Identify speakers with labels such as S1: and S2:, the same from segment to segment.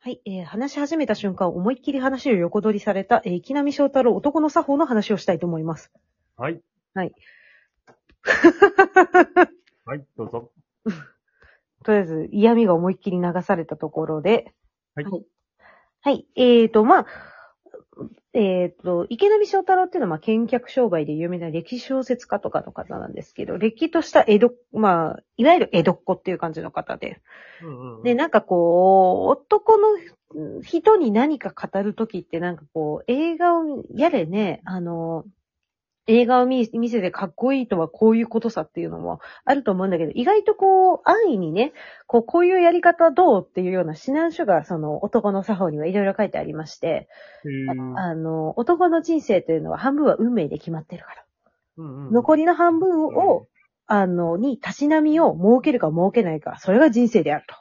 S1: はい、えー話し始めた瞬間、思いっきり話を横取りされた、えー、木並翔太郎、男の作法の話をしたいと思います。
S2: はい。
S1: はい。
S2: はい、どうぞ。
S1: とりあえず、嫌味が思いっきり流されたところで。
S2: はい
S1: はい。はいえーと、まあ、えーと、池波正太郎っていうのは、まあ、見客商売で有名な歴史小説家とかの方なんですけど、歴史とした江戸、まあ、いわゆる江戸っ子っていう感じの方で。
S2: うんうん
S1: で、なんかこう、男のうん人に何か語るときって、なんかこう、映画を、やれね、あの、映画を見見せてかっこいいとはこういうことさっていうのもあると思うんだけど、意外とこう、安易にね、こう、こういうやり方どうっていうような指南書が、その、男の作法にはいろいろ書いてありまして、あの、男の人生というのは半分は運命で決まってるから。残
S2: り
S1: りの半分を、あの、に、たしなみを設けるか設けないか、それが人生であると。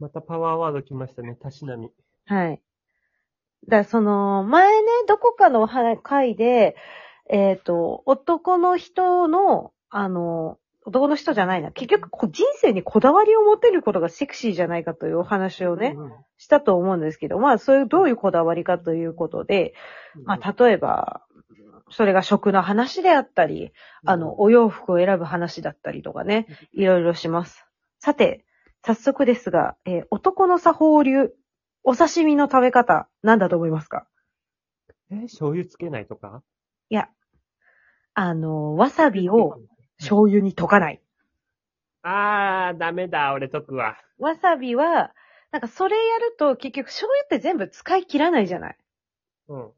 S2: またパワーワード来ましたね、たしなみ。
S1: はい。だからその、前ね、どこかのは回で、えっ、と、男の人の、あの、男の人じゃないな。結局、こう人生にこだわりを持てることがセクシーじゃないかというお話をね、
S2: うんうん。
S1: したと思うんですけど、まあ、そういう、どういうこだわりかということで、まあ、例えば、それが食の話であったり、あの、お洋服を選ぶ話だったりとかね、いろいろします。さて、早速ですが、えー男の作法流、お刺身の食べ方、なんだと思いますか
S2: え、醤油つけないとか
S1: いや、あの、わさびを醤油に溶かない。
S2: あー、ダメだ、俺解くわ。
S1: わさびは、なんかそれやると結局醤油って全部使い切らないじゃない
S2: うん。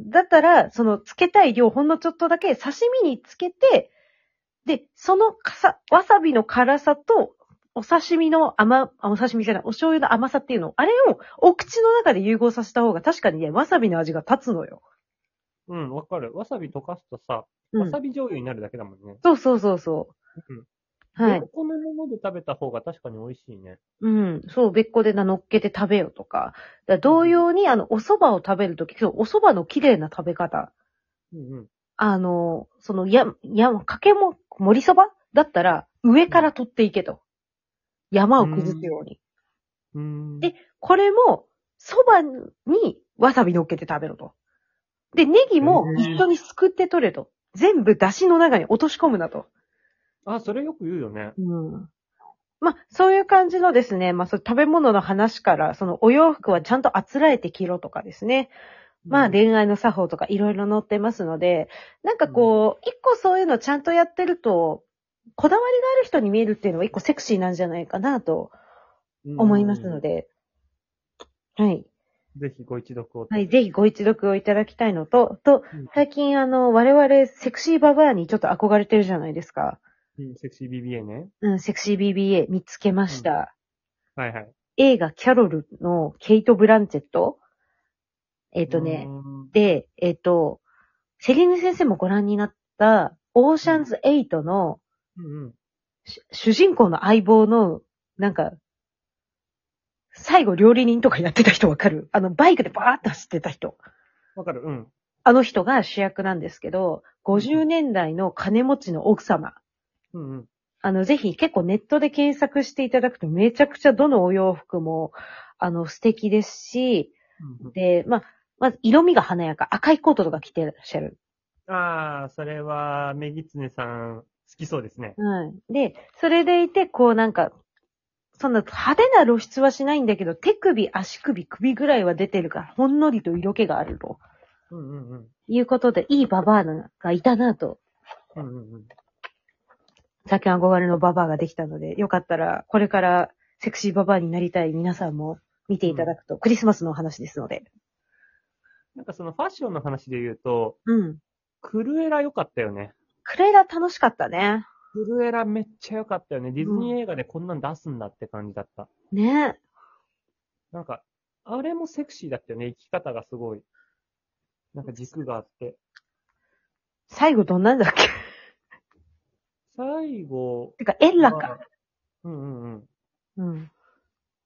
S1: だったら、その、つけたい量ほんのちょっとだけ刺身につけて、で、そのかさ、わさびの辛さと、お刺身の甘、あお刺身じゃない、お醤油の甘さっていうの、あれをお口の中で融合させた方が確かにね、わさびの味が立つのよ。
S2: うん、わかる。わさび溶かすとさ、
S1: う
S2: わ
S1: ん
S2: さ。び醤油になるだけだもんね。
S1: そうそうそうそう。はい
S2: で。お米のもので食べた方が確かに美味しいね。
S1: うん。そう、別個でな、乗っけて食べよとか。だから同様に、あの、お蕎麦を食べるとき、そうお蕎麦の綺麗な食べ方。
S2: うんうん。
S1: あの、その、や、や、かけも、森そばだったら、上から取っていけと。山を崩すように。
S2: うーん。
S1: でこれも、そばにわさび乗っけて食べろと。で、ネギも
S2: へー
S1: 一緒にすくって取れと。全部出汁の中に落とし込むなと。
S2: あ、それよく言うよね。
S1: うん。まあ、そういう感じのですね、まあ、そう食べ物の話から、そのお洋服はちゃんとあつらえて着ろとかですね。まあ、恋愛の作法とかいろいろ載ってますので、なんかこう、一個そういうのちゃんとやってると、こだわりがある人に見えるっていうのは一個セクシーなんじゃないかなと
S2: うん
S1: 思いますの。で、はい。
S2: ぜひご一読を。
S1: はい、ぜひご一読をいただきたいのと、と
S2: うん、
S1: 最近あの、我々セクシーババアにちょっと憧れてるじゃないですか。
S2: うんセクシー BBA ね。
S1: うん、セクシー BBA 見つけました。
S2: はいはい。
S1: 映画キャロルのケイト・ブランチェットえっ、とね、
S2: うーん。
S1: で、えっ、と、セリーヌ先生もご覧になった、オーシャンズ8の、
S2: うんうん。
S1: し主人公の相棒の、なんか、最後料理人とかやってた人わかるあの、バイクでバーって走ってた人。
S2: わかるうん。
S1: あの人が主役なんですけど、50年代の金持ちの奥様。
S2: うんうん。
S1: あの、ぜひ結構ネットで検索していただくとめちゃくちゃどのお洋服も、あの、素敵ですし、
S2: うん
S1: で、まあ、まず色味が華やか。赤いコートとか着てらっしゃる。
S2: うん、ああ、それは、メギツネさん、好きそうですね。
S1: はい。で、それでいて、こうなんか、そんな派手な露出はしないんだけど、手首、足首、首ぐらいは出てるから、ほんのりと色気があると
S2: うんうんうん。
S1: いうことで、いいババアがいたなと、
S2: うんうんうん。
S1: 最近憧れのババアができたので、よかったら、これからセクシーババアになりたい皆さんも見ていただくと、クリスマスのお話ですので。
S2: なんかそのファッションの話で言うと、
S1: うん。
S2: クルエラ良かったよね。
S1: クレラ楽しかったね。
S2: クルエラめっちゃ良かったよね。ディズニー映画でこんなん出すんだって感じだった。
S1: ね
S2: なんか、あれもセクシーだったよね。生き方がすごい。なんか軸があって。
S1: 最後どんなんだっけ
S2: 最後
S1: てか、エ
S2: は
S1: ッラか。。
S2: うんうんうん。
S1: うん。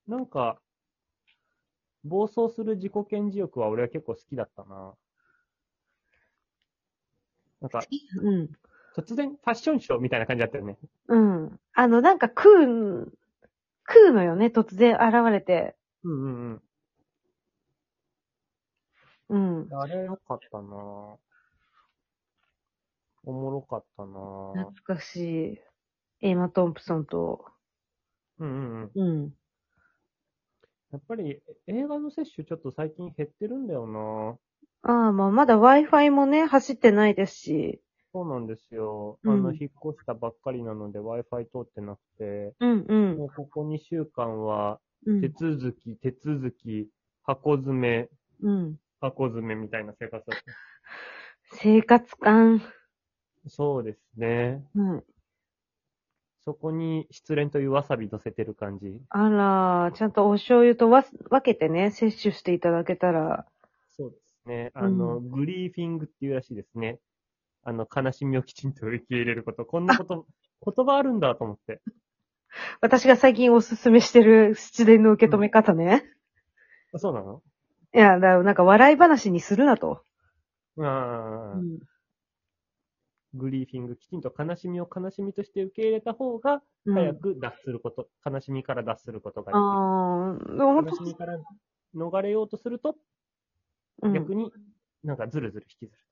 S2: なんか、暴走する自己顕示欲は俺は結構好きだったな。なんか、
S1: うん。
S2: 突然ファッションショーみたいな感じだったよね。
S1: うん。あの、なんか食う、食うのよね、突然現れて。
S2: うんうんうん。
S1: うん。
S2: あれ良かったなぁおもろかったなぁ
S1: 懐かしい。エマ・トンプソンと、
S2: うんうんうん。
S1: うん。
S2: やっぱり映画の摂取ちょっと最近減ってるんだよなぁ
S1: ああ、まあまだ Wi-Fi もね、走ってないですし。
S2: そうなんですよ。あ
S1: うん
S2: の、引っ越したばっかりなので Wi-Fi 通ってなくて、
S1: うんうん
S2: もうここ2週間は
S1: うん
S2: 手。続き、手続き、箱詰め、
S1: うん。
S2: 箱詰めみたいな生活だった。
S1: 生活感。
S2: そうですね。
S1: うん。
S2: そこに失恋というわさび乗せてる感じ。
S1: あら、ちゃんとお醤油とわす分けてね、摂取していただけたら。
S2: そうですね。あの、グリーフィングっていうらしいですね。あの、悲しみをきちんと受け入れること。こんなこと、言葉あるんだと思って。
S1: 私が最近おすすめしてる七伝の受け止め方ね。
S2: あそうなの
S1: いや、だからなんか笑い話にするなと。
S2: ああ、
S1: うん
S2: グリーフィング、きちんと悲しみを悲しみとして受け入れた方が、
S1: うん。
S2: 早く脱すること、悲しみから脱することができる。
S1: ああ、でも本
S2: 悲しみから逃れようとすると、
S1: 当、うん
S2: 逆になんかずるずる引きずる。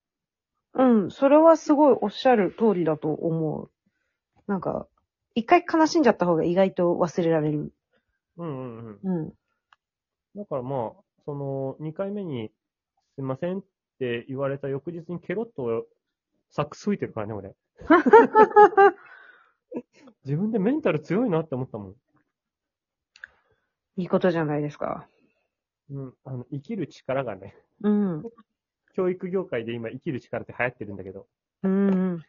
S1: うん、それはすごいおっしゃる通りだと思う。なんか、一回悲しんじゃった方が意外と忘れられる。
S2: うんうんうん。
S1: うん。
S2: だからまあ、その、2回目に、すいませんって言われた翌日にケロッと、サックス吹いてるからね、俺。自分でメンタル強いなって思ったもん。
S1: いいことじゃないですか。
S2: うん。あの、生きる力がね、
S1: うん。
S2: 教育業界で今生きる力って流行ってるんだけど、
S1: うんうん。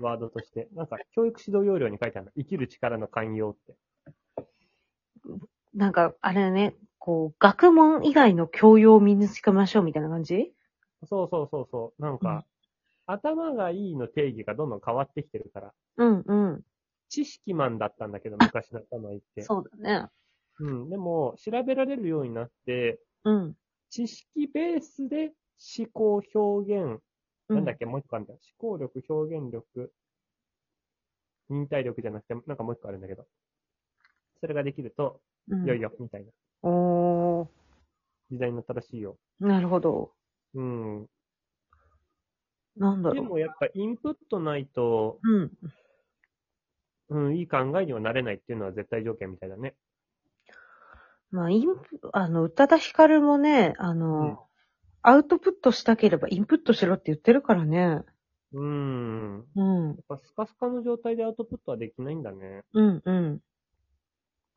S2: ワードとして。なんか、教育指導要領に書いてあるの。生きる力の寛容って。
S1: なんか、あれね、こう、学問以外の教養を身につけましょうみたいな感じ
S2: そうそうそうそう。なんか、頭がいいの定義がどんどん変わってきてるから、
S1: うんうん。
S2: 知識マンだったんだけど、昔の頭いいって。
S1: そうだね。
S2: うん。でも、調べられるようになって、
S1: うん。
S2: 知識ベースで思考表現、
S1: う
S2: なんだっけ、もう一個あるんだよ。思考力、表現力、忍耐力じゃなくて、なんかもう一個あるんだけど。それができると、
S1: うん
S2: 良いよ、みたいな
S1: おー、
S2: 時代になったらしいよ。
S1: なるほど。
S2: うん。
S1: なんだ
S2: で
S1: ろ
S2: もやっぱインプットないと、
S1: う。うん。
S2: うん、いい考えにはなれないっていうのは絶対条件みたいだね。
S1: まあ、インプ、あの、宇多田ヒカルもね、あの、
S2: うん
S1: アウトプットしたければインプットしろって言ってるからね。
S2: うん。
S1: うん。
S2: やっぱスカスカの状態でアウトプットはできないんだね。
S1: うん、うん。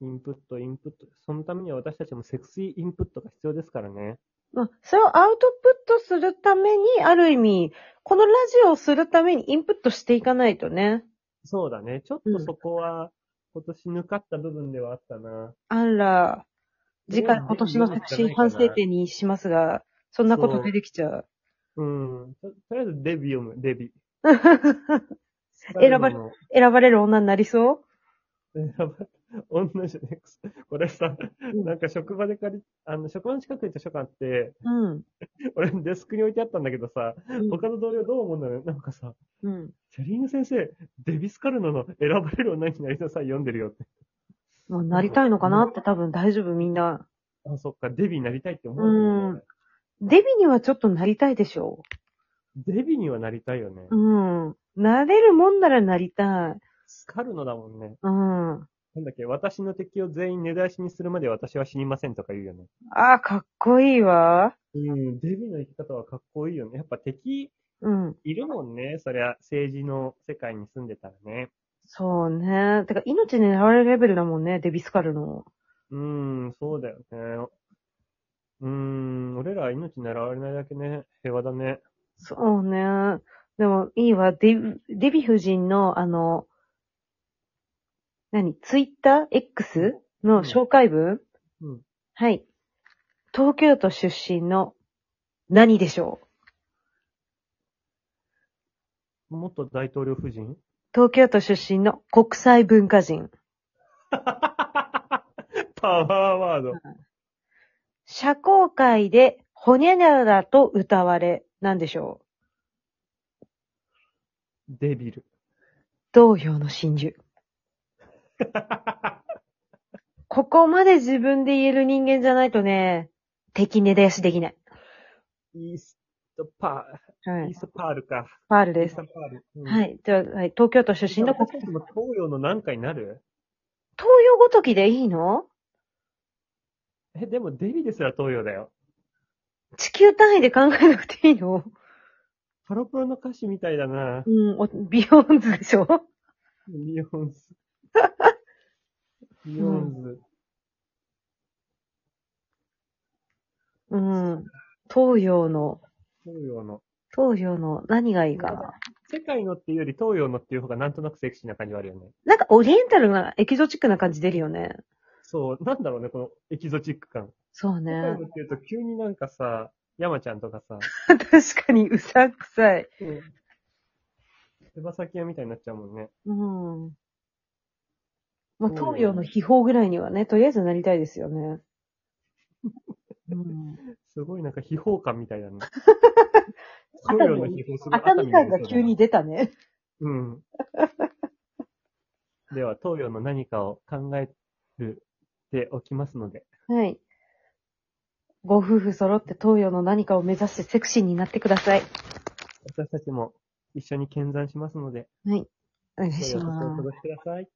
S2: インプット、インプット。そのためには私たちもセクシーインプットが必要ですからね。
S1: まあ、それをアウトプットするために、ある意味、このラジオをするためにインプットしていかないとね。
S2: そうだね。ちょっとそこは、今年抜かった部分ではあったな。
S1: あら、次回
S2: うん
S1: 今年のセクシー反省点にしますが、そんなこと出てきちゃう。
S2: うん。ととりあえずデビ読む、デビ。
S1: 選ばれ選ばれる女になりそう
S2: 選ばれ、女じゃねえ。これさ、なんか職場で借り、あの、職場の近くに図書館あって、
S1: うん。
S2: 俺デスクに置いてあったんだけどさ、
S1: うん。
S2: 他の同僚どう思うんだろうなんかさ、
S1: うん。
S2: セリーヌ先生、デビスカルノの選ばれる女になりなさい読んでるよって。
S1: もうなりたいのかなって多分大丈夫みんな。
S2: あ、そっか、デビになりたいって思うと思うね。
S1: デビにはちょっとなりたいでしょ
S2: デビにはなりたいよね。
S1: う。うん。なれるもんならなりたい。
S2: スカルノだもんね。
S1: うん。あ
S2: なんだっけ、私の敵を全員根絶やしにするまで私は死にませんとか言うよね。
S1: あ、かっこいいわ。
S2: うん、デビの生き方はかっこいいよね。やっぱ敵
S1: うん。
S2: いるもんね。そりゃ政治の世界に住んでたらね。
S1: そうね。てか、命狙われるレベルだもんね、デビスカルの。
S2: うん、そうだよね。うん、俺らは命狙われないだけね、平和だね。
S1: そうね。でも、いいわ。デビ、デヴィ夫人の、あの、何ツイッター ?X?
S2: うん
S1: の紹介文、
S2: うん
S1: はい。東京都出身の何でしょう
S2: 元大統領夫人
S1: 東京都出身の国際文化人。
S2: パワーワード。
S1: 社交界で、ほにゃららと歌われ、何でしょう
S2: デビル。
S1: 同様の真珠。ここまで自分で言える人間じゃないとね、敵根絶やしできない。
S2: イーストパ
S1: は
S2: ー、イー
S1: い。
S2: ストパールか。
S1: パール
S2: イー
S1: で
S2: ス
S1: す
S2: ト。パール。うん
S1: は。い。じゃあ、はい、東京都出身の国、
S2: 私たちも東洋の何かになる
S1: 東洋ごときでいいの
S2: え、でもデビですら東洋だよ。
S1: 地球単位で考えなくていいの
S2: ハロプロの歌詞みたいだな
S1: う。ん、おビヨーンズでしょ
S2: ビヨンズ。ビヨンズ。
S1: うん。東洋の、
S2: 東洋の。
S1: 東洋の何がいいかな。
S2: 世界のっていうより東洋のっていう方がなんとなくセクシーな感じはあるよね。
S1: なんかオリエンタルな、エキゾチックな感じ出るよね。
S2: そう、なんだろうね、このエキゾチック感。
S1: そう
S2: 世
S1: ね
S2: 界。のっていうと急になんかさ、山ちゃんとかさ、
S1: 確かにうさくさい。
S2: 手羽先屋みたいになっちゃうもんね。
S1: うん。まあ、
S2: うん
S1: 東洋の秘宝ぐらいにはね、とりあえずなりたいですよね。 うん、
S2: すごいなんか秘宝感みたい だね。
S1: 熱海
S2: 東洋の秘宝すごい
S1: 熱海感が
S2: 熱海の秘宝だな
S1: 急に。出たね。
S2: うん。では、東洋の何かを考えるておきますので。
S1: はい。ご夫婦揃って東洋の何かを目指してセクシーになってください。
S2: 私たちも一緒に見参しますので、
S1: お願い
S2: 良い
S1: し
S2: お年をお
S1: ま
S2: 過
S1: す。
S2: ごしください。